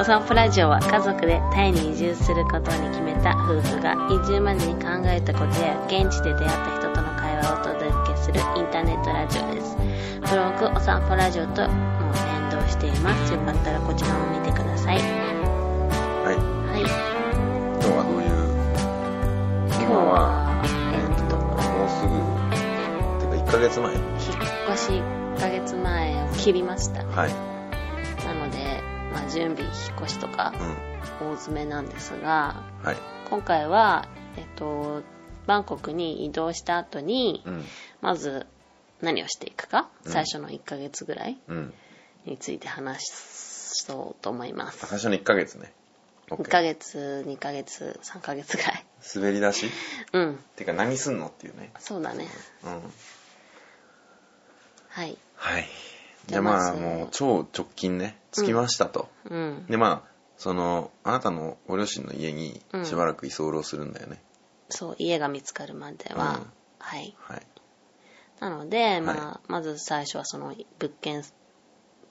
お散歩ラジオは家族でタイに移住することに決めた夫婦が移住までに考えたことや現地で出会った人との会話をお届けするインターネットラジオですブログお散歩ラジオとも連動していますよかったらこちらも見てくださいはいはい今日はどういう今日今ははええっともうすぐっていうか1ヶ月前っと引っ越し1ヶ月前を切りましたはいなので、まあ、準備引っ越しとかうん大詰めなんですがはい今回は、えっと、バンコクに移動した後に、うんまず何をしていくか、うん最初の1ヶ月ぐらいうんについて話そうと思いまあす。最初の1ヶ月ねオッ1ケヶー月、2ヶ月、3ヶ月ぐらい。滑り出しっうん、ていうか何すんのっていうねそうだね。うんはい。はいじじゃゃああままずあもう超直近ね着きましたと、うん。でまあそのあなたのご両親の家にうんしばらく居候するんだよね、そう、家が見つかるまでは。うんはい。はいなので、まあ、まず最初はその物件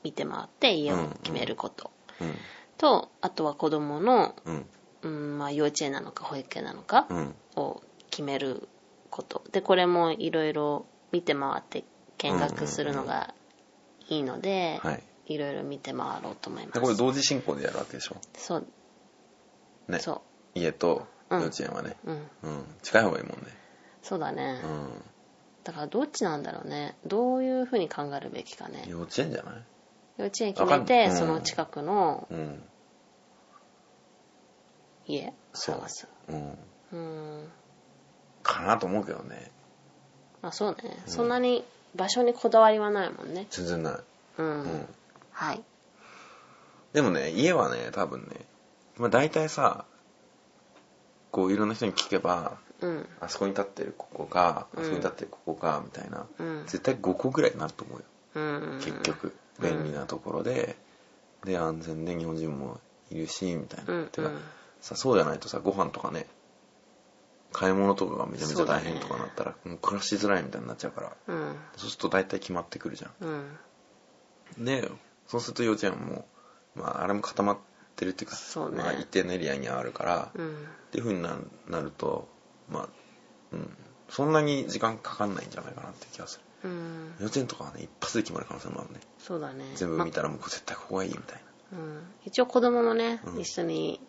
見て回って家を決めること。うんと、あとは子供の、うんうん、まあ幼稚園なのか保育園なのかうんを決めることでこれもいろいろ見て回って見学するのがいいので、はいいろいろ見て回ろうと思いますでこれ同時進行でやるわけでしょそうねそ家とう幼ん稚園はねううんうん、近い方がいいもんねそうだね、うだからどっちなんだろうねどういうふうに考えるべきかねん幼稚園じゃない幼稚園決めて、わかんうんその近くのうん家そう探すうんうんかなと思うけどねまあそうね、そんなに場所にこだわりはないもんね全然ない、うん、うん、はいでもね家はね多分ね、まあ、大体さこういろんな人に聞けばうんあそこに立ってるここかあうんそこに立ってるここかみたいな、うん絶対5個ぐらいになると思うようん結局、うん便利なところでで安全で日本人もいるしみたいな、うんてかうんさそうじゃないとさご飯とかね買い物とかがめちゃめちゃ大変とかなったら、もう暮らしづらいみたいになっちゃうからうんそうすると大体決まってくるじゃうんんでそうすると幼稚園も、まあ、あれも固まってるっていうかそうねまあ、一定のエリアにはあるから、っうんていうふうにななるとまあうんそんなに時間かかんないんじゃないかなって気がするうん幼稚園とかはね一発で決まる可能性もあるねそうだね全部見またらもうこれ絶対ここがいいみたいなうん、一応子供もね、うん一緒に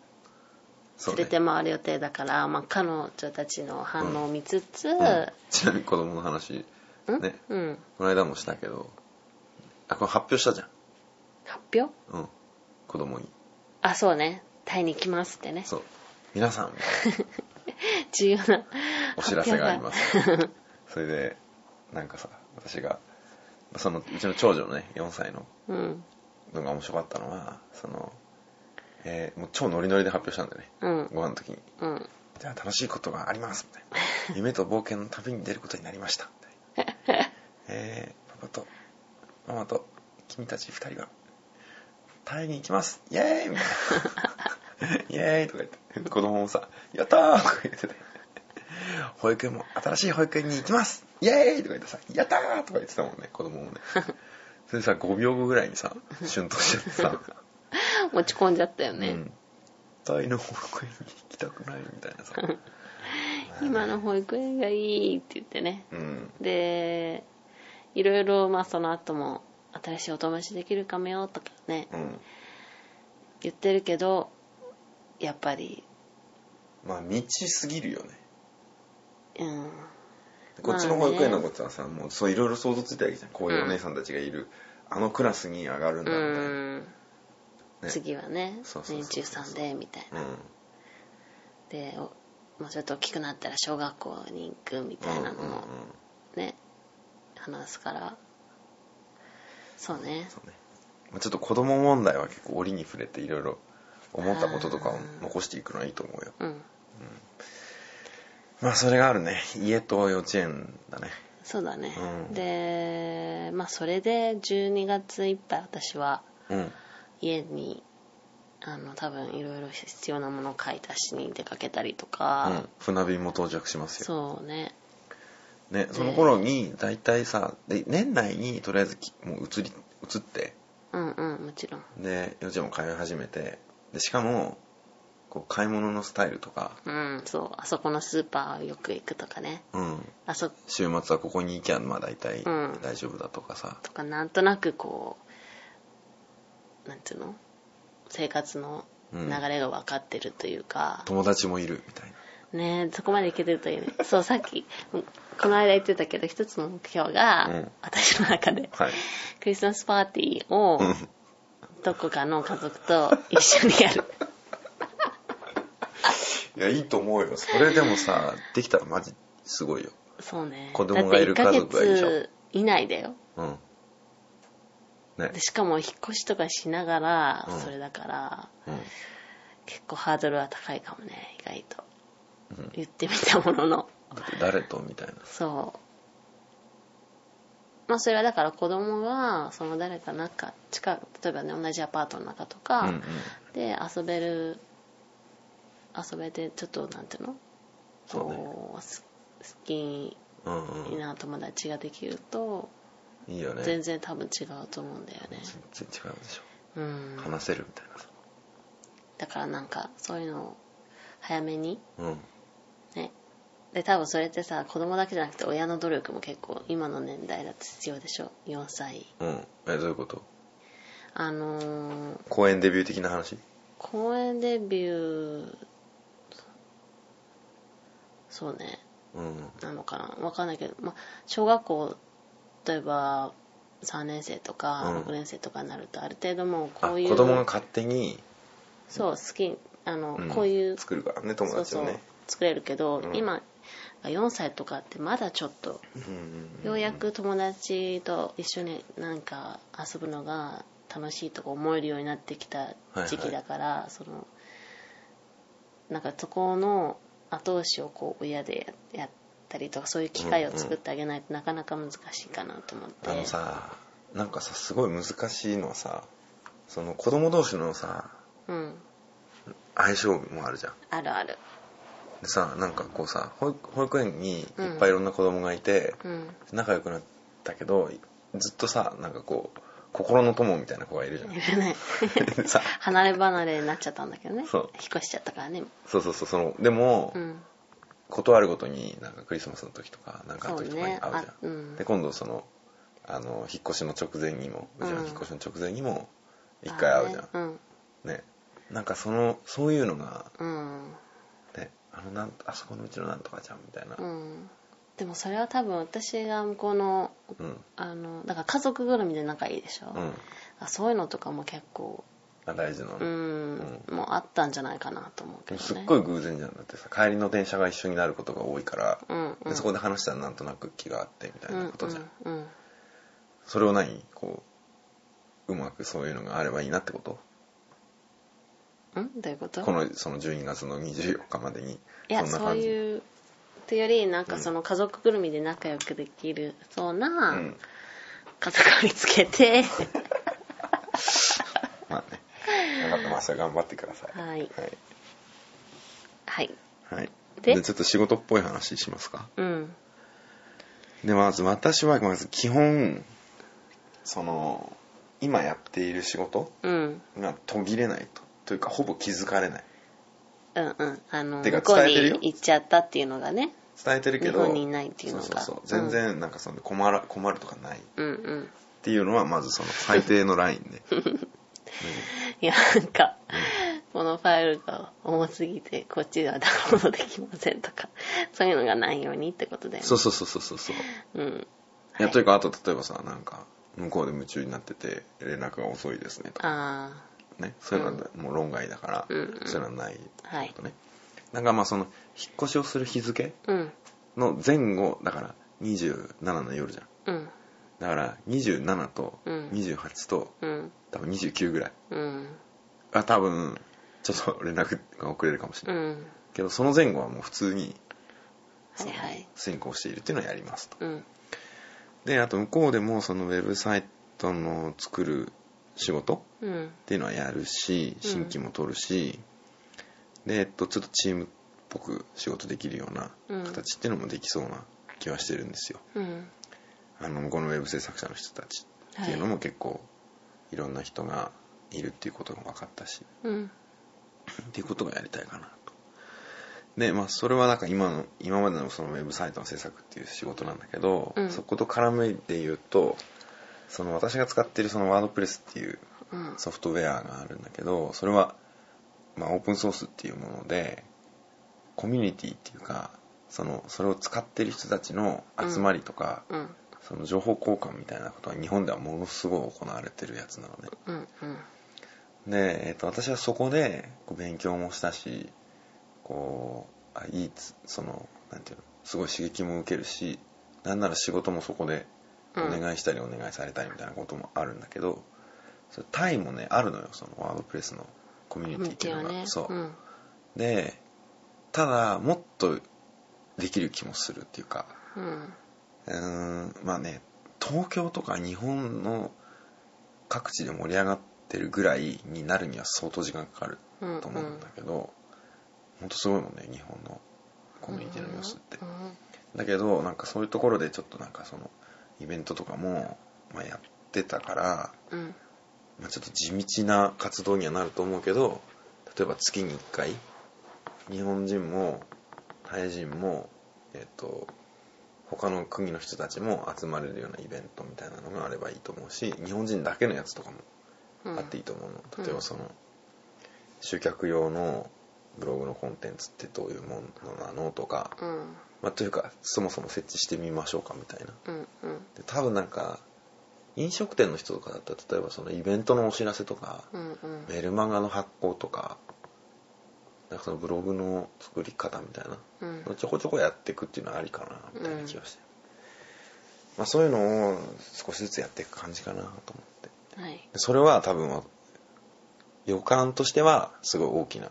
そ連うれねて回る予定だから、まあ、彼女たちの反応を見つつ、うんうんちなみに子供の話うんねこの間もしたけどあこれ発表したじゃん発表うん子供にあそうねタイに来ますってねそう皆さんみたいな重要な お知らせがありますすそれでなんかさ私がそのうちの長女のね4歳のうんのが面白かったのはその、えーもう超ノリノリで発表したんだよねうんご飯の時にうん「じゃあ楽しいことがあります」みたいな「夢と冒険の旅に出ることになりました」みたいなえーパパとママと君たち2人はタイに行きますイエーイ!」みたいな「イエーイ!」とか言って子供もさ「やったー!」とか言ってて保育園も新しい保育園に行きますイエーイとか言ってさ「やったー!」とか言ってたもんね子供もねそれさ5秒後ぐらいにさシュンとしちゃってさ落ち込んじゃったようね、ん、タイの保育園に行きたくないみたいなさ今の保育園がいいって言ってねうんでいろいろまあその後も新しいお友達できるかもよとかねうん言ってるけどやっぱりまあ道すぎるよねうんこっちの保育園のことはさ、もうそういろいろ想像ついたわけじゃんこういうお姉さんたちがいる、あのクラスに上がるんうだみたいな、ん、ね次はねそうそうそう年そう中さんでみたいなうんでおもうちょっと大きくなったら小学校に行くみたいなのうんうんうんもね、話すからそうねそうねまあちょっと子供問題は結構折に触れていろいろ思ったこととかを残していくのはいいと思うようんまあそれがあるね家と幼稚園だねそうだね、うんでまあそれで12月いっぱい私はうん家にあの多分いろいろ必要なものを買い足しに出かけたりとか、うん、船便も到着しますよそうねね、その頃に大体さで年内にとりあえずきもう移り移ってうんうんもちろんで幼稚園も通い始めてでしかもこう買い物のスタイルとか、うん、そう、あそこのスーパーよく行くとかね。うん、あそ週末はここに行きゃまあ大体うん大丈夫だとかさ、とかなんとなくこうなんていうの生活のう流んれが分かってるというか、友達もいるみたいなねえそこまでいけてるといいねそうさっきこの間言ってたけど一つの目標が、うん私の中ではいクリスマスパーティーをうんどこかの家族と一緒にや るいやいいと思うよそれでもさできたらマジすごいよそうね子供がいるだって家族がいいでしょ1ヶ月以内だようんねでしかも引っ越しとかしながら、うんそれだからうん結構ハードルは高いかもね意外とうん言ってみたもののだって誰とみたいなそうまあそれはだから子供がその誰かなんか近く例えばね同じアパートの中とか、うんうんで遊べる遊べてちょっとなんていうのそうねこうす好きうんうんな友達ができるといいよね全然多分違うと思うんだよね全然違うでしうんょ話せるみたいなさだからなんかそういうのを早めにうんねで多分それってさ子供だけじゃなくて親の努力も結構今の年代だと必要でしょ4歳うんえどういうことあのー公演デビュー的な話公演デビューそうねうんなのかなわかんないけど、まあ、小学校例えば3年生とかうん6年生とかになるとある程度もうあこういう子供が勝手にそう好きあの、うんこういう作るからね友達をね作れるけど、うん今4歳とかってまだちょっとうんうんうんようやく友達と一緒になんか遊ぶのが楽しいとか思えるようになってきた時期だから、そのなんかそこの後押しをこう親でやったりとかそういう機会を作ってあげないとなかなか難しいかなと思って、あのさなんかさすごい難しいのはさその子供同士のさうん相性もあるじゃんあるあるでさなんかこうさ保育保育園にいっぱいいろんな子供がいて、うん仲良くなったけどずっとさなんかこう心の友みたいな子がいるじ ゃんいるねでさ離れ離れになっちゃったんだけどねそう引っ越しちゃったからねそうそうそうそのでも、うん断るごとになんかクリスマスの時とかなんかのそう時とかにね会うじゃんあ、うんで今度そのあの引っ越しの直前にもうちのうん引っ越しの直前にも一回会うじゃんあ、ーねねなんかそのそういうのがうんうんねあのなんあそこのうちのなんとかちゃんみたいなうん、でもそれは多分私が向こうのうんあのだから家族ぐるみで仲いいでしょ、うん、あそういうのとかも結構あ大事なの、うん、もうあったんじゃないかなと思うけどねすっごい偶然じゃんだってさ帰りの電車が一緒になることが多いから、うんうんでそこで話したらなんとなく気があってみたいなことじゃん、うんうんうんそれを何こううまくそういうのがあればいいなってことうんどういうことこのその12月の24日までにいやんなそうう、いうというよりなんかその家族ぐるみで仲良くできるそうう、なん家族を見つけて、 まあね分かったまあそれ頑張ってくださいはいはい、はいはい、ででちょっと仕事っぽい話しますかうんでまず私はまず基本その今やっている仕事うんが途切れないとというかほぼ気づかれないうんうんあのてか向こう伝えてるによ行っちゃったっていうのがね伝えてるけど日本にいないっていうのがそうそうそう全然なんかその困ら困るとかないっうんうんていうのはまずその最低のラインで、いや、なんか、このファイルが重すぎて、こっちではダウンロードできませんとか、そういうのがないようにってことだよね。そうそうそうそうそうそううん。いやというかあと例えばさなんか向こうで夢中になってて連絡が遅いですねとかあねそういうのはもう論外だから、うんうんそういうのはないってあ、はいこ。とね、なんかまあその引っ越しをする日付うん、の前後だから27の夜じゃんうん、だから27とうん28とうん、多分29ぐらいうん、が多分ちょっと連絡が遅れるかもしれうない、ん。けどその前後はもう普通にはいはい。進行しているっていうのをやりますとうん、であと向こうでもそのウェブサイトの作る仕事うん、っていうのはやるしうん新規も取るし、でえっとちょっとチームっぽく仕事できるような形っていうのもできそうな気はしてるんですようん。あの向こうのウェブ制作者の人たちっていうのも結構いろんな人がいるっていうことが分かったし、うん、っていうことがやりたいかなと。で、まあ、それはなんか今の、今までのそのウェブサイトの制作っていう仕事なんだけど、うんそこと絡めて言うと、その私が使ってるそのワードプレスっていううんソフトウェアがあるんだけど、それは、まあ、オープンソースっていうもので、コミュニティっていうか、その、それを使ってる人たちの集まりとか、うんその情報交換みたいなことは日本ではものすごい行われてるやつなのね。うんうんで、えっと私はそこでこう勉強もしたしこうあいいつそのなんていうのすごい刺激も受けるしなんなら仕事もそこでおうん願いしたりお願いされたりみたいなこともあるんだけど、それタイもねあるのよそのワードプレスのコミュニティっていうのが、ねそう、んでただもっとできる気もするっていうかうんうーんまあね東京とか日本の各地で盛り上がってるぐらいになるには相当時間かかるうんと思うんだけど、ほんとすごいもんね日本のコミュニティの様子って、うんだけどなんかそういうところでちょっとなんかそのイベントとかも、まあ、やってたから、うんまあ、ちょっと地道な活動にはなると思うけど例えば月に1回日本人もタイ人もえっ、と他の国の人たちも集まれるようなイベントみたいなのがあればいいと思うし日本人だけのやつとかもうんあっていいと思うの、うん例えばその集客用のブログのコンテンツってどういうものなのとか、うんまあ、というかそもそも設置してみましょうかみたいなうんうんで多分なんか飲食店の人とかだったら例えばそのイベントのお知らせとか、うんうんメルマガの発行とかなんかそのブログの作り方みたいなうんちょこちょこやっていくっていうのはありかなみたいな気がして、まあ、そういうのを少しずつやっていく感じかなと思ってはいそれは多分予感としてはすごい大きな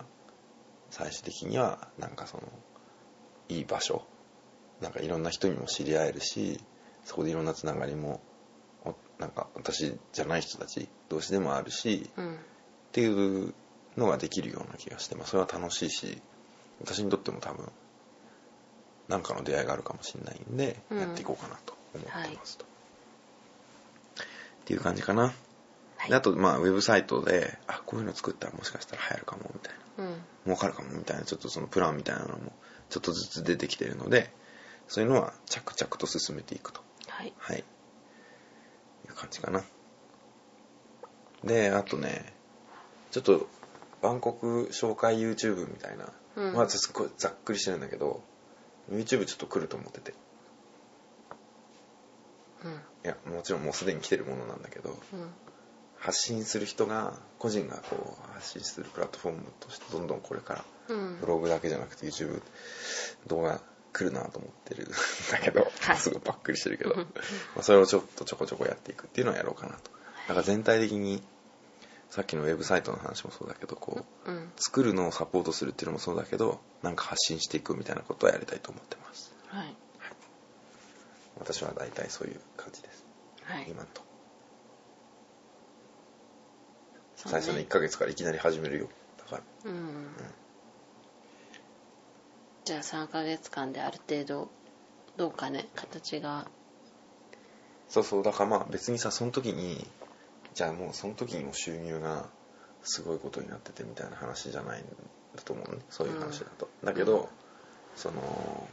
最終的にはなんかそのいい場所なんかいろんな人にも知り合えるしそこでいろんなつながりもおなんか私じゃない人たち同士でもあるしうんっていうのができるような気がして、まあ、それは楽しいし私にとっても多分何かの出会いがあるかもしれないんで、うんやっていこうかなと思ってますと、っていう感じかな、はいであとまあウェブサイトであこういうの作ったらもしかしたら流行るかもみたいなうん儲かるかもみたいなちょっとそのプランみたいなのもちょっとずつ出てきてるのでそういうのは着々と進めていくとはいはい。いう感じかな。で、あとね、ちょっと、バンコク紹介 YouTube みたいな、うんまあ、すっごいざっくりしてるんだけど、YouTube ちょっと来ると思ってて。うんいや、もちろんもうすでに来てるものなんだけど、うん発信する人が、個人がこう、発信するプラットフォームとして、どんどんこれから、うんブログだけじゃなくて YouTube 動画来るなと思ってるんだけど、はいすごいばっくりしてるけど、まあそれをちょっとちょこちょこやっていくっていうのをやろうかなと。なんか全体的に、さっきのウェブサイトの話もそうだけど、こう、うん作るのをサポートするっていうのもそうだけど、なんか発信していくみたいなことはやりたいと思ってます。はい私は大体そういう感じです。はい今んとこ。そう最ね初の1ヶ月からいきなり始めるよ。だから、うんじゃあ3ヶ月間である程度どうかね形がそうそうだからまあ別にさその時にじゃあもうその時にもう収入がすごいことになっててみたいな話じゃないんだと思うねそういう話だと、だけどその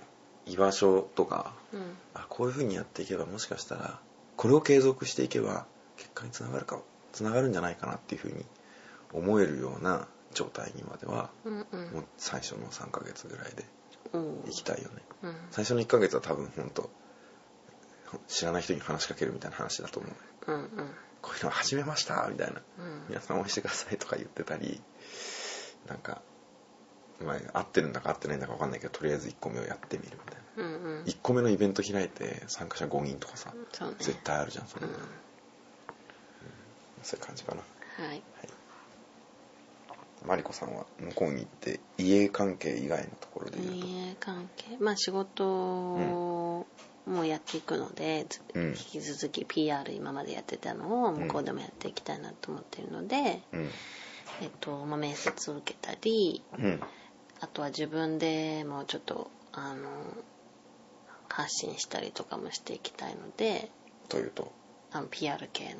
居場所とかうんあこういうふうにやっていけばもしかしたらこれを継続していけば結果につながるかつながるんじゃないかなっていうふうに思えるような状態にまではうんうもんう最初の3ヶ月ぐらいでおいーきたいよねうん最初の1ヶ月は多分本当知らない人に話しかけるみたいな話だと思ううんうんこういうの始めましたみたいなうん皆さん応援してくださいとか言ってたりなんか、まあ、合ってるんだか合ってないんだか分かんないけどとりあえず1個目をやってみるみたいうんうなん1個目のイベント開いて参加者5人とかさそうね絶対あるじゃんそれ、ううんんそういう感じかなはいマリコさんは向こうに行って家関係以外のところで言うと人間関係まあ仕事もやっていくので、つうん引き続き PR 今までやってたのを向こうでもやっていきたいなと思ってるので、うんえっとまあ、面接を受けたりうんあとは自分でもうちょっとあの発信したりとかもしていきたいのでというとあの PR 系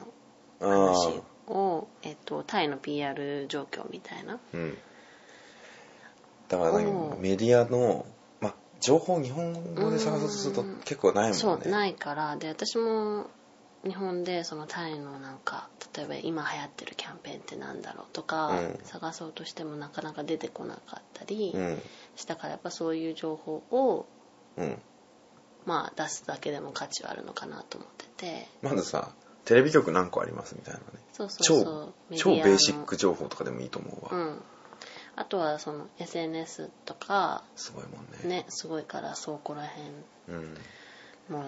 のああ話を、えっと、タイの PR 状況みたいなうんだからなんかおうメディアの、まあ、情報を日本語で探そうとするとうん結構ないもそんうねないからで私も日本でそのタイのなんか例えば今流行ってるキャンペーンってなんだろうとか、うん探そうとしてもなかなか出てこなかったりうんしたからやっぱそういう情報を、うんまあ、出すだけでも価値はあるのかなと思っててまずさテレビ局何個ありますみたいなねそうそうそ超う超メディアのベーシック情報とかでもいいと思ううわ、んあとはその SNS とかすごいもんねねすごいからそこら辺うんも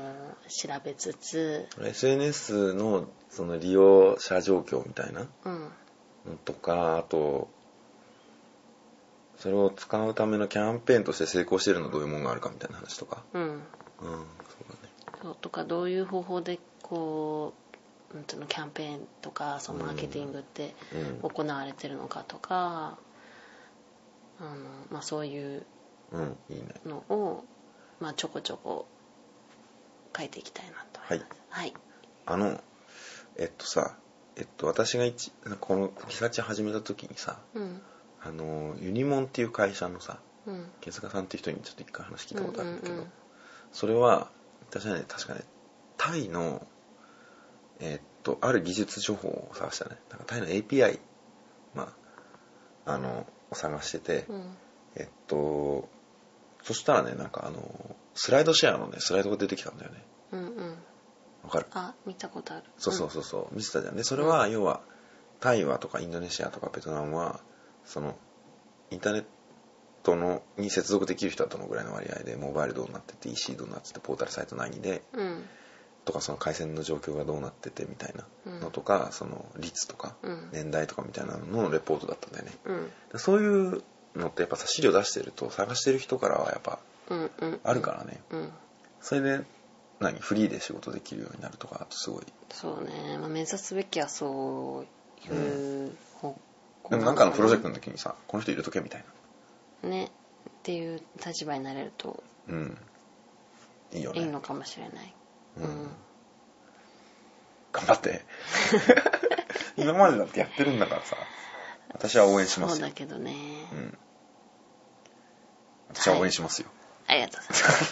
調べつつ SNS のその利用者状況みたいなうんのとかあとそれを使うためのキャンペーンとして成功してるのはどういうものがあるかみたいな話とかうんうんそうだねそうとかどういう方法でこうなんていうのキャンペーンとかそのマーケティングってう、行われてるのかとか、あのまあ、そういうんうん、いいねのを、まあ、ちょこちょこ書いていきたいなと思います。はい、あのえっとさえっと私が一このリサーチ始めた時にさうんあのユニモンっていう会社のさうん毛塚さんっていう人にちょっと一回話聞いたことあるんだけど、うんうんうんそれは私はね確かねタイのえーっとある技術情報を探したねなんかタイの API まああのを探してて、うんえっとそしたらねなんかあのスライドシェアのねスライドが出てきたんだよねうんうんわかるあ見たことあるそうそうそうそう見せたじゃんでそれは要はタイはとかインドネシアとかベトナムはそのインターネットのに接続できる人はどのぐらいの割合でモバイルどうなってて EC どうなっててポータルサイト何でうんとかその回線の状況がどうなっててみたいなのとか、その率とかうん年代とかみたいなののレポートだったんだよねうんでそういうのってやっぱさ資料出してると探してる人からはやっぱうんうんあるからねうんそれで何フリーで仕事できるようになるとかあとすごいそうね、まあ、目指すべきはそういう方向でもなんかのプロジェクトの時にさこの人入れとけみたいなねっていう立場になれるとうん。いいよね。いいのかもしれない、うんうん頑張 って。今までだってやってるんだからさ。私は応援しまそうすだよ。けどね、うん。私は応援しますよ。ありがとうございます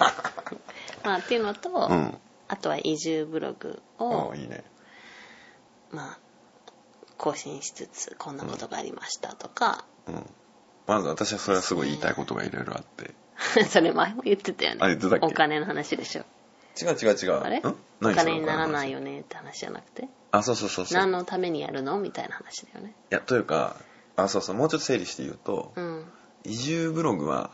まあっていうのと、うん。あとは移住ブログあをあ、いいね。まあ更新しつつこんなことがありましたとか、うん。まず私はそれはすごい言いたいことがいろいろあって。 それ前も言ってたよねあ言ってたっけお金の話でしょ違う違う違う。あれんお何それ金にならないよね。ねって話じゃなくてあ、そうそうそうそう。何いのためにやるのみたいな話だよねや、というか、あ、そうそう、もうちょっと整理して言うと、うんうん移住ブログは、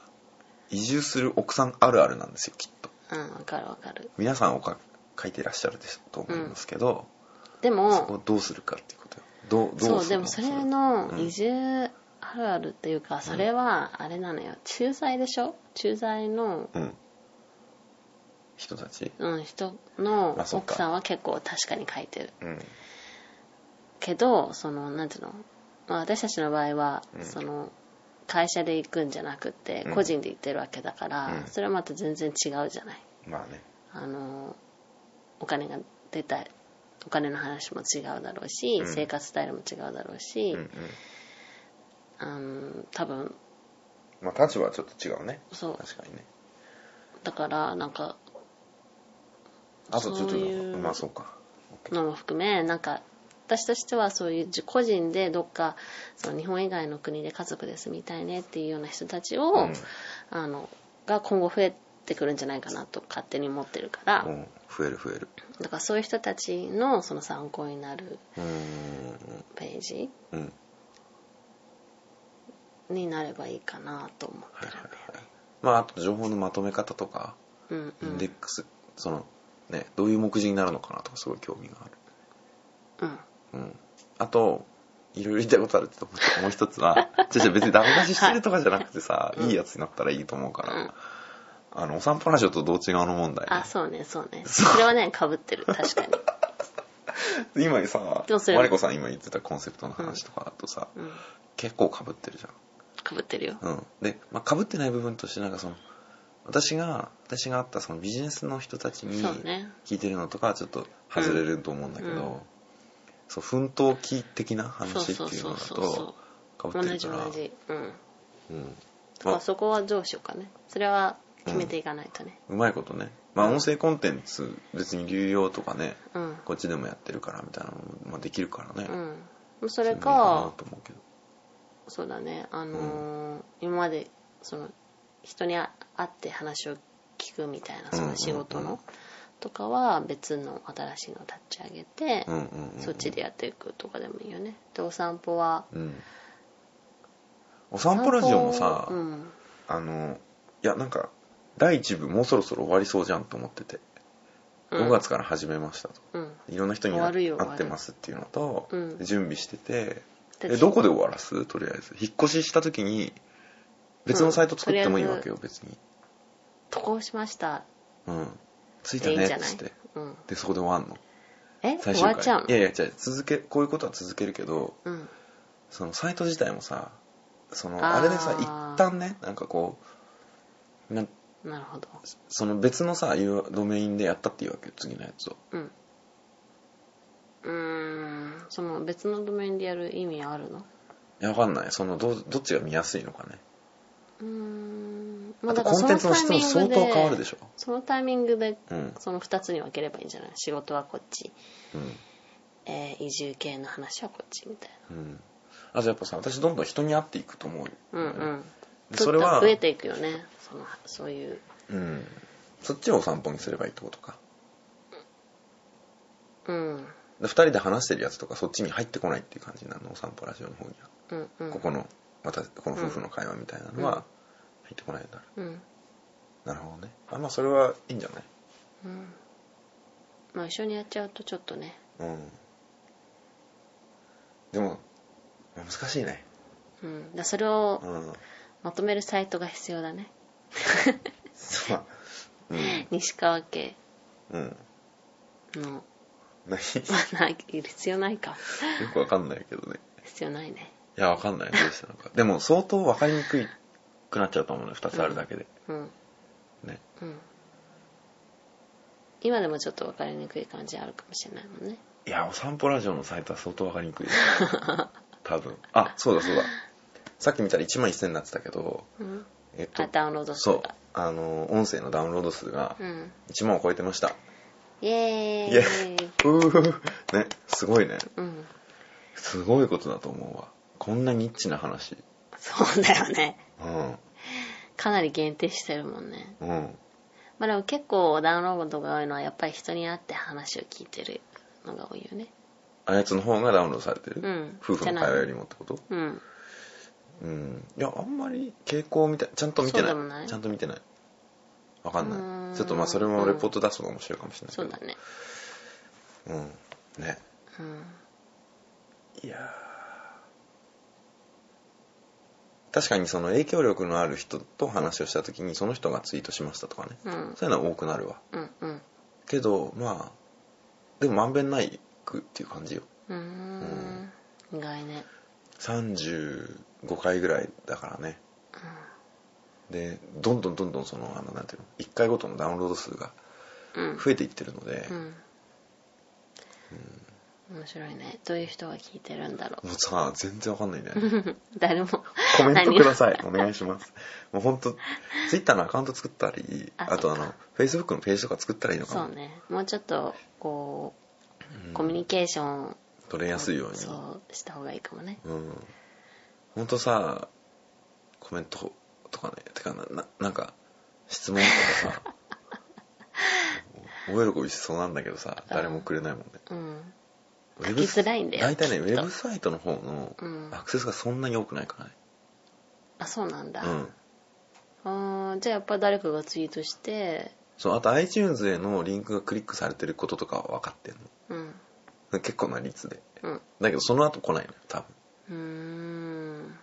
移住する奥さんあるあるなんですよ、きっと。わかるわかる皆さんおか書いていらっしゃるでしょと思いますけど、でそこをもどうするかっていうことよどうどうするのそうでもそれうのん移住あるあるっていうかそれはあれなのよ駐在でしょ駐在のうん人たちうん人のあそっか奥さんは結構確かに書いてるうんけどそのなんていうの、まあ、私たちの場合は、うんその会社で行くんじゃなくてうん個人で行ってるわけだから、うんそれはまた全然違うじゃないまあねあのお金が出たお金の話も違うだろうし、うん生活スタイルも違うだろううし、んうんあの多分まあ立場はちょっと違うねそう確かにねだからなんかあとちょっとそういうまあそうか OK のも含めなんか私としてはそういう個人でどっかその日本以外の国で家族で住みたいねっていうような人たちを、うんあのが今後増えてくるんじゃないかなと勝手に思ってるから、うん増える増えるだからそういう人たちのその参考になるうーんページうんになればいいかなと思ってはいるはいはいまああと情報のまとめ方とかうんイうンんデックスそのねどういう目次になるのかなとかすごい興味があるうんうんあと、いろいろ言いたいことあるって思ったもう一つ は、じゃじゃ別にダメ出ししてるとかじゃなくてさ、いいやつになったらいいと思うから、うんあの、お散歩ラジオとどう違うの問題ね、あそうねそう ねそれはねかぶってる確かに今さでもそ、れマリコさん今言ってたコンセプトの話とかだとさ、うん結構被ってるじかぶってるよゃん。うん。で、まあ、被ってない部分としてなんかその、私が、私が会ったそのビジネスの人たちにそうね聞いてるのとかはちょっと外れると思うんだけど、うんうんそう、奮闘期的なそう話ってそういうのそうだそうと、そ被うっ同てるじか同ら、じうんうん、だからあそこはどうしようかねそれは決めていかないとねうまいことねまあ音声コンテンツ別に流用とかねうんこっちでもやってるからみたいなのも、まあ、できるからね、うん、そそれもいいかなと思うけどそうだねあのー今までその人にあ会って話を聞くみたいなそうんうんうのん仕事の、とかは別の新しいの立ち上げて、うんうん、うん、そっちでやっていくとかでもいいよねでお散歩はうんお散歩ラジオもさ、うん、あのいやなんか第1部もうそろそろ終わりそうじゃんと思ってて、5月から始めましたとうんいろんな人に終わる会よ終わっるてますっていうのと、うんで準備しててでえどこで終わらすとりあえず引っ越しした時に別のサイト作ってもいいわけよ、別に渡航しましたうん着いたでいいんねじゃっないつってうん、でそこで終わんのえ最終終わ回っちゃうのいやいや違う続けこういうことは続けるけどうんそのサイト自体もさそのあーあれでさ一旦ねなんかこうななるほどその別のさ U- ドメインでやったっていうわけよ次のやつをうんうーんその別のドメインでやる意味あるのいやわかんないそのどどっちが見やすいのかねうーんまああとだかコンテンツの質も相当変わるでょしょそのタイミングでうんその2つに分ければいいんじゃない仕事はこっち、うんえー移住系の話はこっちみたいうんあとやっぱさ私どんどん人に会っていくと思うよ、なうんうんでそれは増えていくよねそのそういううんそっちをお散歩にすればいいってことかうんで2人で話してるやつとかそっちに入ってこないっていう感じになるのお散歩ラジオの方にはうんうんここの私この夫婦の会話みたいなのうんは入ってこないんだろうん、うなるほどねあまあそれはいいんじゃないうん、まあ一緒にやっちゃうとちょっとねうんでも難しいねうんだからそれをうん まとめるサイトが必要だねそううん 西川家うんの 何まあない必要ないかよくわかんないけどね必要ないねいやわかんないどうしたのかでも相当わかりにくいくなっちゃうと思うね2つあるだけで、うんねうん今でもちょっと分かりにくい感じあるかもしれないもんねいやお散歩ラジオのサイトは相当わかりにくいです多分あそうだそうださっき見たら1万1000になってたけどうんえっとあダウンロード数そうがあの音声のダウンロード数がうん1万を超えてました、イエーイイエーうーねすごいねうんすごいことだと思うわこんなニッチな話そうだよねうんかなり限定してるもんねうんまあでも結構ダウンロードが多いのはやっぱり人に会って話を聞いてるのが多いよねあやつの方がダウンロードされてる、うん夫婦の会話よりもってことうんうんいやあんまり傾向みたいちゃんと見てないそうでもないちゃんと見てないわかんうーなんいちょっとまあそれもレポート出すのが面白いかもしれないけそどうだねうんねうんいやー確かにその影響力のある人と話をした時にその人がツイートしましたとかね、うんそういうのは多くなるわうんうんけどまあでもまんべんないくっていう感じようーん意外ね35回ぐらいだからねでどんどんどんどんそのあのなんていうの1回ごとのダウンロード数がうん増えていってるのでう、ん面白いねどういう人が聞いてるんだろもうさ全然わかんないんだよねう 誰もコメントください何もお願いしますもう本当ツイッターのアカウント作ったりああとあそっのかフェイスブックのページとか作ったらいいのかもそうねもうちょっとこう、うんコミュニケーションを取れやすいようにそうした方がいいかもねうんほんとさコメントとかねてかなななんか質問とか さお喜びしそうなんだけどさ誰もくれないもんねうんウェきづらいんだよ大体ねウきっとェブサイトの方のうんアクセスがそんなに多くないからねあそうなんだ、うんあーじゃあやっぱ誰かがツイートしてそうあと iTunes へのリンクがクリックされてることとかは分かってんうんの結構な率でうんだけどその後来ないのよ多分うーん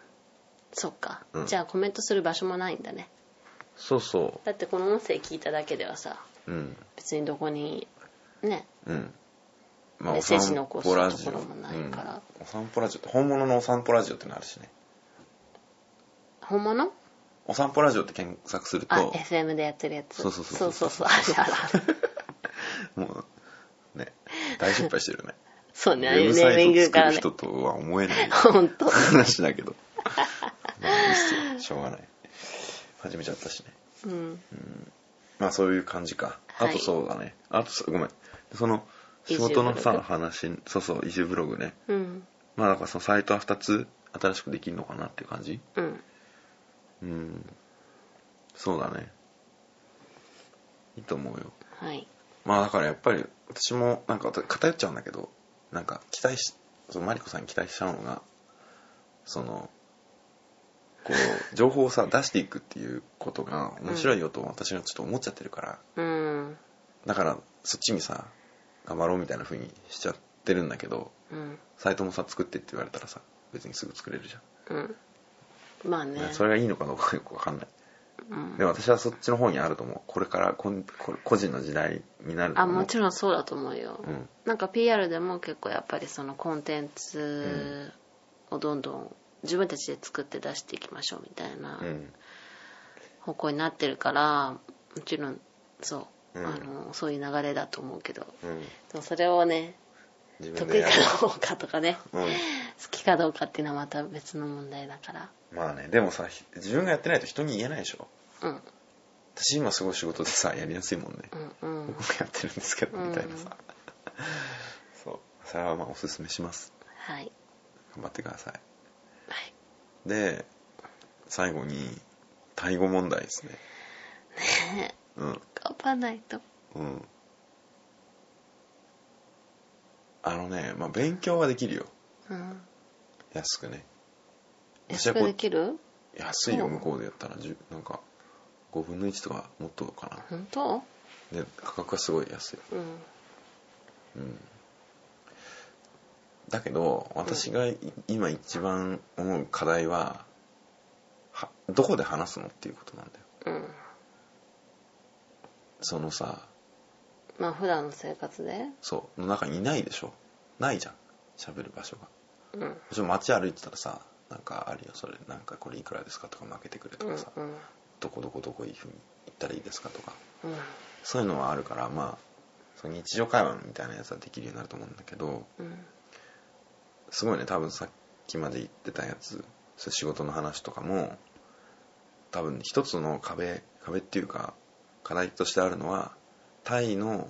そっか、うんじゃあコメントする場所もないんだねそうそだってこの音声聞いただけではさううん別にどこにねうん。まメッセージ残すお散歩ラジとこオろもないからうんお散歩ラジオって、本物のお散歩ラジオってのあるしね。本物お散歩ラジオって検索するあと、 FM でやってるやつそうそうそうそうそうそうあるあるある もう、ね、大失敗してるよ ね。そうウねネェブーサミンイトグ作からるね人とは思えない本当話だけど。まあ、いいっすよ。しょうがない。始めちゃったしね。うん。まあそういう感じか。あはいとそうだね。あとそうごめん。その、移仕住ブログ事のさ、話、そうそう、移住ブログね。うん。まあだからそのサイトは2つ新しくできるのかなっていう感じうん。うん。そうだね。いいと思うよ。はい。まあだからやっぱり私もなんか偏っちゃうんだけどなんか期待しそのマリコさんに期待しちゃうのがそのこう情報をさ出していくっていうことが面白いよと私はちょっと思っちゃってるから、うん。だからそっちにさ頑張ろうみたいな風にしちゃってるんだけどうん。サイトもさ作ってって言われたらさ別にすぐ作れるじうん。まあゃん、ね。それがいいのかどうかよくわかんないうんでも私はそっちの方にあると思うこれからこんこ個人の時代になるとあ思うもちろんそうだと思うよ、うんなんか PR でも結構やっぱりそのコンテンツをどんどん自分たちで作って出していきましょうみたいなうん方向になってるからもちろんそう、うんあのそういう流れだと思うけどうんでもそれをね自分得で意やかるどうかとかね好うんきかどうかっていうのはまた別の問題だからまあね、でもさ、ひ自分がやってないと人に言えないでしょ。うん私今すごい仕事でさ、やりやすいもんね。うんうん僕もやってるんですけど、うんみたいなさ。そう。それはまあおすすめします。はい頑張ってください。はいで、最後に、タイ語問題ですね。うん。頑張らないとうん。あのね、まあ勉強はできるよ。うん安くね。私安はくこでうきる安いよ、そう向こうでやったら。じゅなんか、5分の1とかもっとかな。本当で、価格はすごい安い。うんだけど私がい今一番思う課題ははどこで話すのっていうことなんだようんそのさまあ普段の生活でそうの中にいないでしょないじゃん喋る場所がうんもちろん街歩いてたらさなんかあるよそれなんかこれいくらですかとか負けてくれとかさ、うんうんどこどこどこいうふうに行ったらいいですかとかうんそういうのはあるからまあその日常会話みたいなやつはできるようになると思うんだけどうんすごいね多分さっきまで言ってたやつそう仕事の話とかも多分一つの壁壁っていうか課題としてあるのはタイの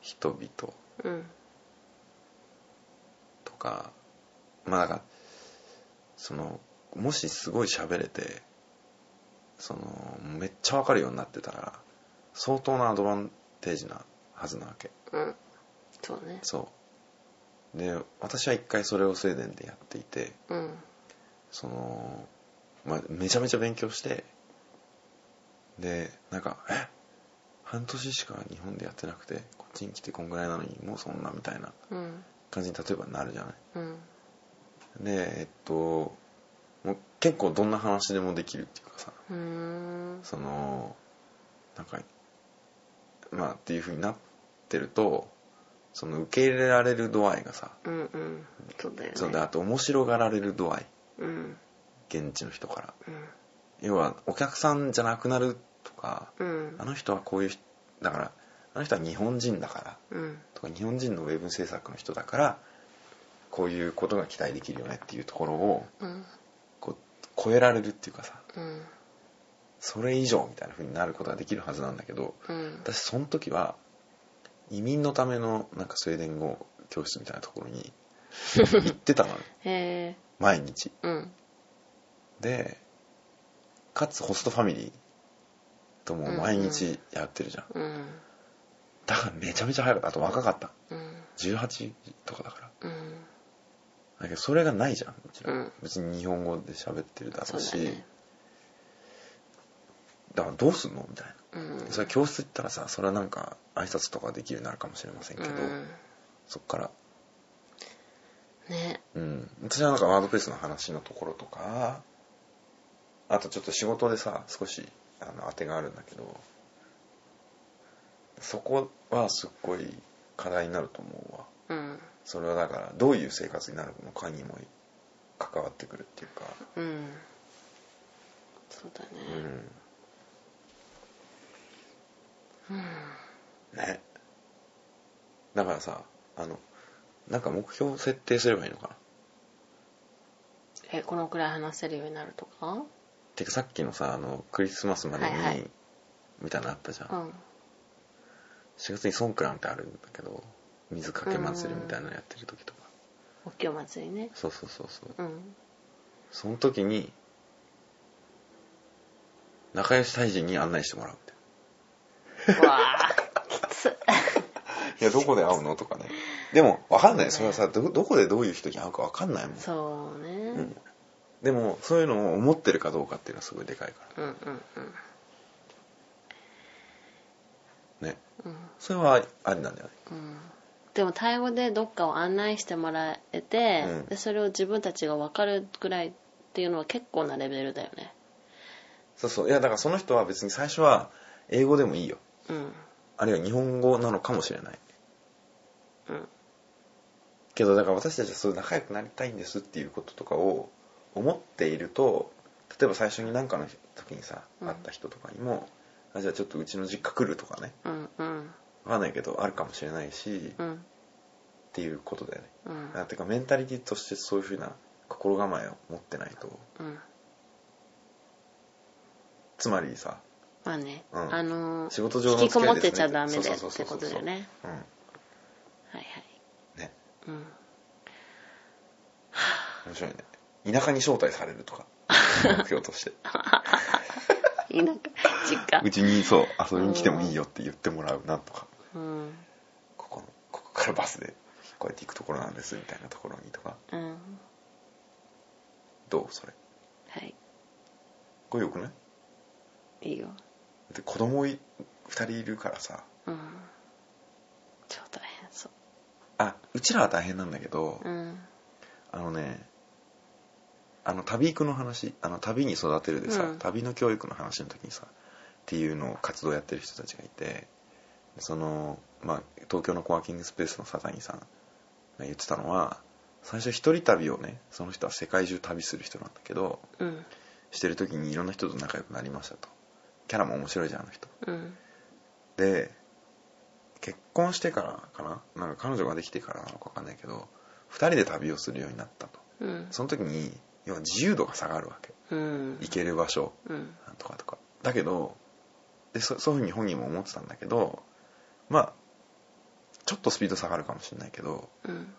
人々うんとかまあだからそのもしすごい喋れてそのめっちゃわかるようになってたら相当なアドバンテージなはずなわけうんそうねそうで私は一回それをスウェーデンでやっていてうんその、まあ、めちゃめちゃ勉強して、で、なんか、え半年しか日本でやってなくて、こっちに来てこんぐらいなのに、もうそんなみたいなうん感じに例えばなるじゃない。うんで、えっと、もう結構どんな話でもできるっていうかさ、うーんその、なんか、まあっていう風になってると、その受け入れられる度合いがさ、うんうんそうだよねそうで、あと面白がられる度合い、うん現地の人から。うん要はお客さんじゃなくなるとかうんあの人はこういう人だからあの人は日本人だからうんとか日本人のウェブ制作の人だからこういうことが期待できるよねっていうところをうんこう超えられるっていうかさうんそれ以上みたいな風になることができるはずなんだけどうん私その時は移民のためのなんかスウェーデン語教室みたいなところに行って たのよへえ毎日うんでかつホストファミリーとも毎日やってるじゃんうんだからめちゃめちゃ早かった。あと若かった。うん18とかだから。うんだけどそれがないじゃん。うちらうん別に日本語で喋ってるだろうし。そうだねだからどうすんのみたいな。うんそれ教室行ったらさ、それはなんか挨拶とかできるようになるかもしれませんけど、うんそっから。ねうん。私はなんかワードプレスの話のところとか、あとちょっと仕事でさ、少しあの当てがあるんだけど、そこはすっごい課題になると思うわ。うんそれはだからどういう生活になるのかにも関わってくるっていうか、うんそうだうねんねだからさあのなんか目標を設定すればいいのかなえこのくらい話せるようになるとかてかさっきのさあのクリスマスまでに、はいはいみたいなのあったじゃん、うん4月にソンクランってあるんだけど水かけ祭りみたいなのやってる時とか、お経祭りねそうそうそうそう うんその時に仲良し大臣に案内してもらうみたいうわあきつな「いやどこで会うの?」とかねでも分かんないそれはさどどこでどういう人に会うか分かんないもん、 そうね、うんでもそういうのを思ってるかどうかっていうのはすごいでかいかうんうんうんらねうんそれはありなんじゃないうんでもタイ語でどっかを案内してもらえて、うんでそれを自分たちが分かるくらいっていうのは結構なレベルだよねそうそういやだからその人は別に最初は英語でもいいようんあるいは日本語なのかもしれないうんけどだから私たちはそういう仲良くなりたいんですっていうこととかを思っていると例えば最初に何かの時にさうん会った人とかにも、あじゃあちょっとうちの実家来るとかねうんうんわかんないけどあるかもしれないし、っうんていうことだよねうんあてかメンタリティとしてそういうふうな心構えを持ってないとうんつまりさ、まあね、うんあのー仕事上の引きこもっ付き合いですねてちゃダメでっそうそうそてうそうことだよねうん、はいはいねうん面白いね田舎に招待されると か目標として田舎実家うちにそう遊びに来てもいいよって言ってもらうなんとかうんここのここからバスでこうやって行くところなんですみたいなところにとかうんどうそれはいこれよくないだいいよって子供い2人いるからさうん超大変そあうちらは大変なんだけど、ううんあのねあの旅行くの話あの旅に育てるでさ、うん旅の教育の話の時にさっていうのを活動やってる人たちがいてその、まあ、東京のコワーキングスペースの酒井さんが言ってたのは最初一人旅をねその人は世界中旅する人なんだけどうんしてる時にいろんな人と仲良くなりましたとキャラも面白いじゃんあの人うんで結婚してからかななんか彼女ができてからなのか分かんないけど2人で旅をするようになったとうんその時に要は自由度が下がるわけうん行ける場所うんなんとかとかだけどでそそういうふうに本人も思ってたんだけどまあちょっとスピード下がるかもしれないけどうん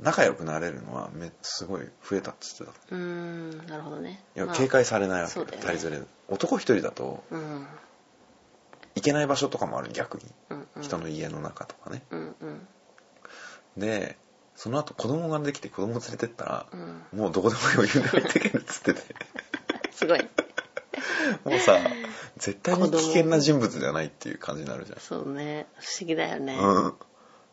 仲良くなれるのはめすごい増えたっつってたうーんなるほどね要まはあ警戒されないわけそようだよね二人連れ男一人だとうん行けない場所とかもある逆にうんうん人の家の中とかね、うんうんでその後子供ができて子供連れてったらう、んもうどこでも余裕で入ってけるっつっててすごいもうさ絶対に危険な人物じゃないっていう感じになるじそうね不思議だよねゃん、うん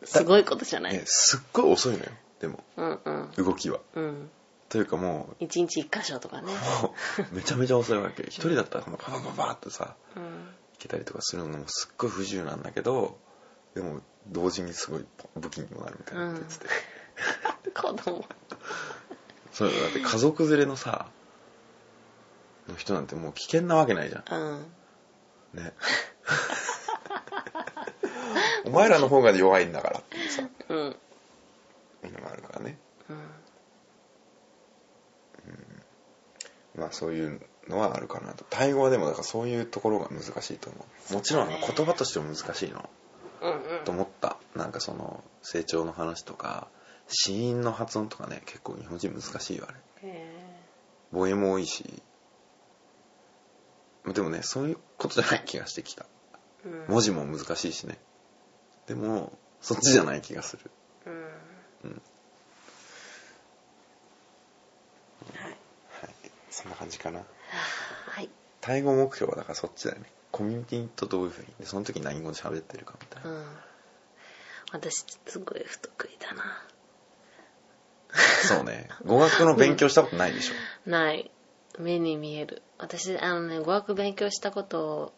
すごいことじゃないね、すっごい遅いのよでもうんうん動きはうんというかも一日一箇所とかねうもうめちゃめちゃ遅いわけ一人だったらこのパパパパってさうん行けたりとかするのもすっごい不自由なんだけどでも同時にすごい武器にもなるみたいなって言ってて、子供そうだよだって家族連れのさの人なんてもう危険なわけないじゃんうんねお前らの方が弱いんだからっていうさうんいうのがあるからねうんまあそういうのはあるかなとタイ語はでもだからそういうところが難しいと思うもちろんあの言葉としても難しいのうんうんと思ったなんかその成長の話とか子音の発音とかね結構日本人難しいよあれへ母音も多いしでもねそういうことじゃない気がしてきたーうん文字も難しいしねでもそっちじゃない気がするうんうんははいいそんな感じかなはいタイ語目標はだからそっちだよねコミュニティとどういうふうにでその時何語で喋ってるかみたいな、うん私すごい不得意だなそうね語学の勉強したことないでしょ、ない目に見える私あのね語学勉強したことを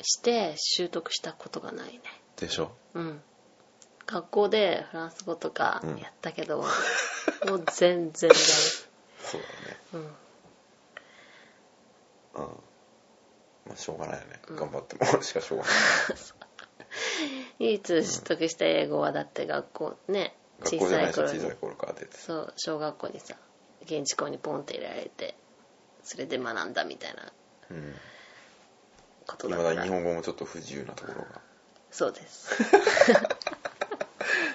して習得したことがないねでしょうん学校でフランス語とかうんやったけど、もう全然 ダそうメうんだねうんまあしょうがないよね、頑張ってもしかしょうがない唯一取得した英語はだって学校ね学小校じゃさないし小い頃にさい頃から出てそう小学校にさ現地校にポンって入れられてそれで学んだみたいなうんこと未だかだに日ら本語もちょっと不自由なところがそうです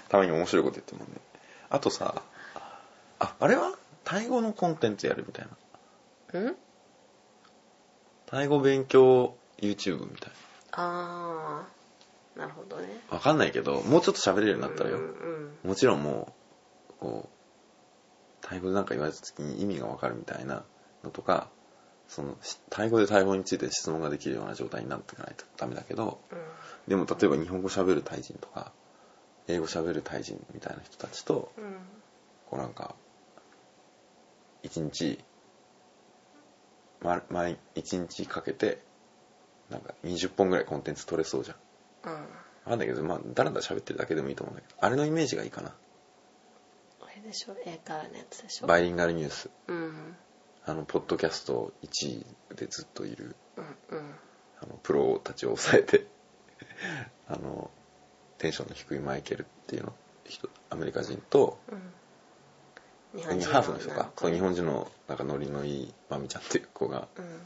たまに面白いこと言ってるもんねあとさああれはタイ語のコンテンツやるみたいなんタイ語勉強 YouTube みたいああなるほどねなわかんないけどもうちょっと喋れるようになったらよ、うんうんもちろんもうこうタイ語で何か言われた時に意味がわかるみたいなのとかそのしタイ語でタイ語について質問ができるような状態になっていかないとダメだけどうんでも例えば日本語喋るタイ人とか英語喋るタイ人みたいな人たちとうんこうなんか一日ま毎一日かけてなんか20本ぐらいコンテンツ取れそうじゃんうわんかんないけどまあだらだら喋ってるだけでもいいと思うんだけどあれのイメージがいいかなあれでしょ英会話のやつでしょバイリンガルニュースうんあのポッドキャスト1位でずっといるうんうんあのプロたちを抑えて あのテンションの低いマイケルっていうの人アメリカ人とうん日ハーフの人かそう日本人のなんかノリのいいマミちゃんっていう子がうん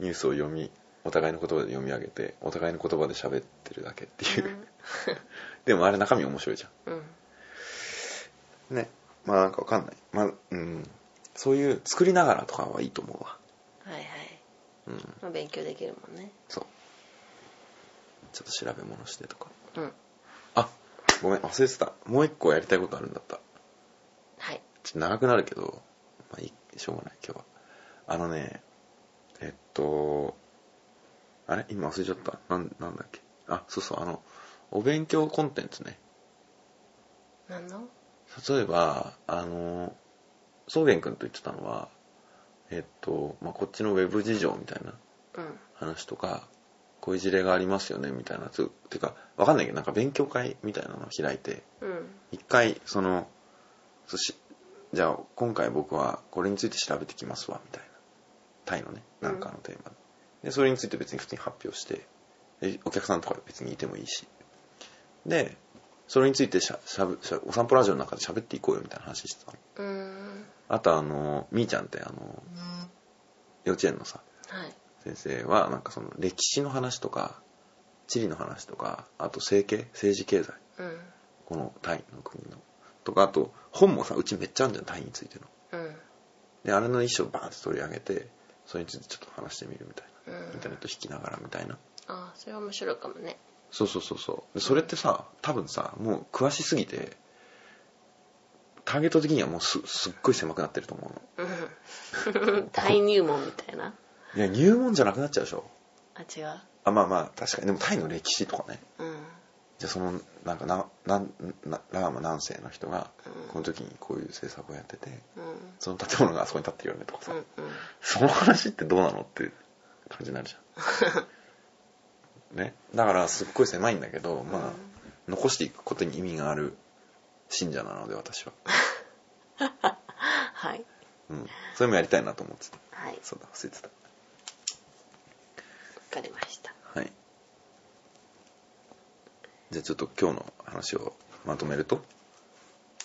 ニュースを読みお互いの言葉で読み上げてお互いの言葉で喋ってるだけっていう、 でもあれ中身面白いじゃうんんねまあなんかわかんないまあうんそういう作りながらとかはいいと思うわはいはいうんまあ勉強できるもんねそうちょっと調べ物してとかうんあごめん忘れてたもう一個やりたいことあるんだったはいちょっと長くなるけど、まあいい、しょうがない、今日は。あのね、えっと、あれ今忘れちゃった。なん、なんだっけ。あ、そうそう、あの、お勉強コンテンツね。何の例えば、あの、宗玄君と言ってたのは、えっと、まあ、こっちのウェブ事情みたいなうん話とか、こういう事例がありますよね、みたいなやつ。てか、わかんないけど、なんか勉強会みたいなのを開いて、うん一回そのそしじゃあ今回僕はこれについて調べてきますわみたいなタイのねなんかのテーマで,、でそれについて別に普通に発表してでお客さんとか別にいてもいいしでそれについてしゃしゃぶしゃお散歩ラジオの中で喋っていこうよみたいな話してたのうんあとあのみーちゃんってあの幼稚園のさはい先生はなんかその歴史の話とか地理の話とかあと政経政治経済うんこのタイの国のとかあと本もさうちめっちゃあるじゃんタイについてのうんであれの一章バーンって取り上げてそれについてちょっと話してみるみたいな、うんインターネット引きながらみたいなああそれは面白いかも ねそうそうそうそうでそれってさ多分さもう詳しすぎてターゲット的にはもうすすっごい狭くなってると思うのうん 大入門みたいないや入門じゃなくなっちゃうでしょあ違うあまあまあ確かにでもタイの歴史とかねうんじゃあそのなんかななんなラーマ何世の人がうんこの時にこういう政策をやっててうんその建物があそこに建ってるよねとかうさ、 んうんその話ってどうなのって感じになるじゃん。ね。だからすっごい狭いんだけど、まあ、残していくことに意味がある信者なので私は。はいうん。それもやりたいなと思ってた。はいわそうだ、忘れてた。かりましたはい。じゃあちょっと今日の話をまとめると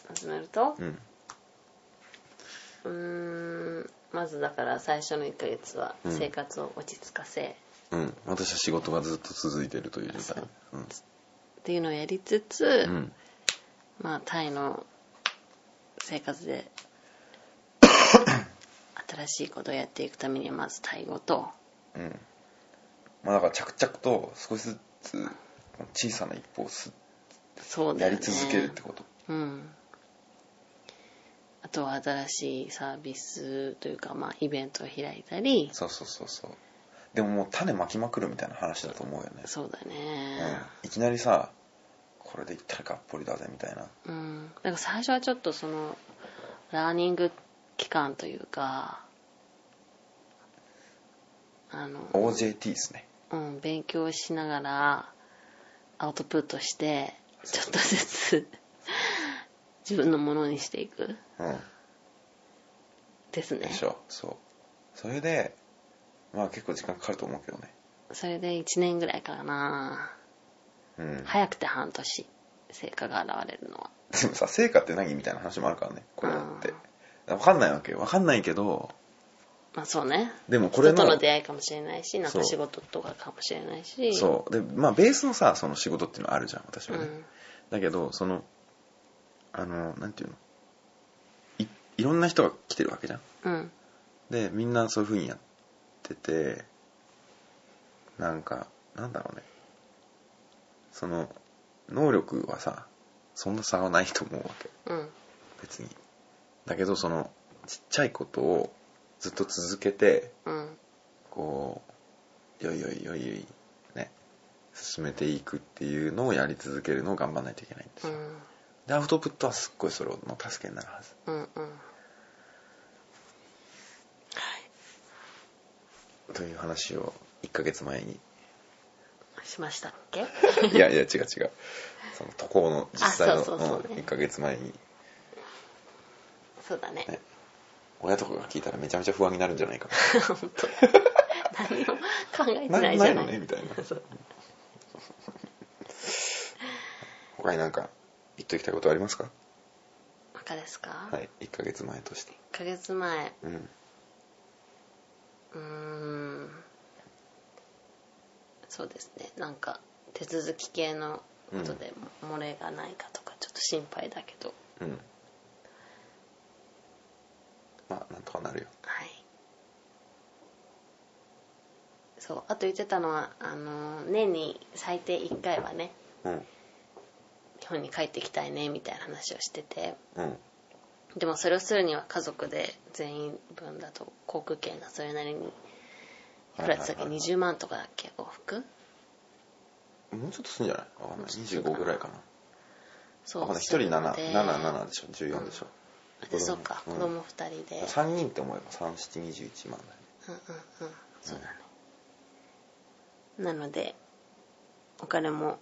まとめるとうん。うーんまずだから最初の1ヶ月はうん生活を落ち着かせ、っうん。私は仕事がずっと続いているという状態。うん。ていうのをやりつつ、うん。まあタイの生活で新しいことをやっていくためにはまずタイ語とうん。まあだから着々と少しずつ小さな一歩をすそうやだよねり続けるってこと。うんあとは新しいサービスというかまあイベントを開いたりそうそうそうそうでももう種まきまくるみたいな話だと思うよね、そうだうんね、いきなりさこれでいったらがっぽりだぜみたいなうん、なんか最初はちょっとそのラーニング期間というかあの、 OJT ですねうん、勉強しながらアウトプットしてちょっとずつ自分のものにしていくうんですねでしょそうそれでまあ結構時間かかると思うけどねそれで1年ぐらいかなうん、早くて半年成果が現れるのはでもさ成果って何みたいな話もあるからねこれだってあ分かんないわけよ分かんないけどまあそうねでもこれの人との出会いかもしれないしなんそかう仕事とかかもしれないしそうでまあベースのさその仕事っていうのはあるじゃん私はね、うんだけどそのあのなんていうのいいろんな人が来てるわけじゃんうんでみんなそういうふうにやっててなんかなんだろうねその能力はさそんな差はないと思うわけうん別にだけどそのちっちゃいことをずっと続けてうんこうよいよいよいよいね進めていくっていうのをやり続けるのを頑張らないといけないんですうよ、んでアウトプットはすっごいそれの助けになるはずうんうんという話を1ヶ月前にしましたっ けいやいや違う違うその渡航の実際のあそうそうそうね1ヶ月前にそうだねね親とかが聞いたらめちゃめちゃ不安になるんじゃないか何も考えてな なないじゃいなのいねみたいなそう他になんか言っときたいことありますか他ですか、はい1ヶ月前として1ヶ月前うんうーんそうですねなんか手続き系のことで漏れがないかとかちょっと心配だけど、うんまあなんとかなるよはいそうあと言ってたのはあの年に最低1回はねうん日本に帰ってきたいねみたいな話をしててうんでもそれをするには家族で全員分だと航空券がそれなりにいくらでしたっけはいはいはい20万とかだっけ往復もうちょっとすんじゃないわかんなもいうちょっと25ぐらいかなそわかんない1人777でしょ14でしょでそうかうん子供2人で、 3人って思えば3721万だよねうんうんうんそうだね、なのでお金も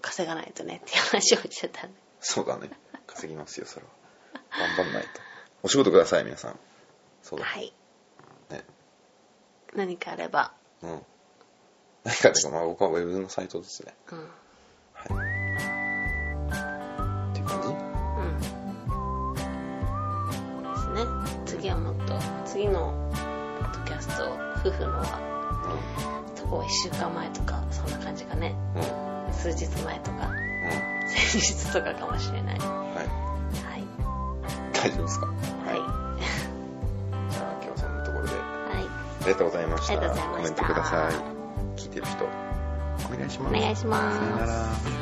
稼がないとねっていう話をしてたんでそうだね稼ぎますよそれは頑張んないとお仕事ください皆さんそうだ、はいね何かあればうん何かっていうか、まあ、僕はウェブのサイトですねうんうんはいっていう感じですね次はもっと次のポッドキャスト夫婦のはとこ1週間前とかそんな感じかねうん数日前とか うん先日とかかもしれないはうんはいい大丈夫ですかはいじゃあ今日はそんなところであはいりがとうございましたありがとうございまコメしたントください聞いてる人お願いしますお願いしますさよなら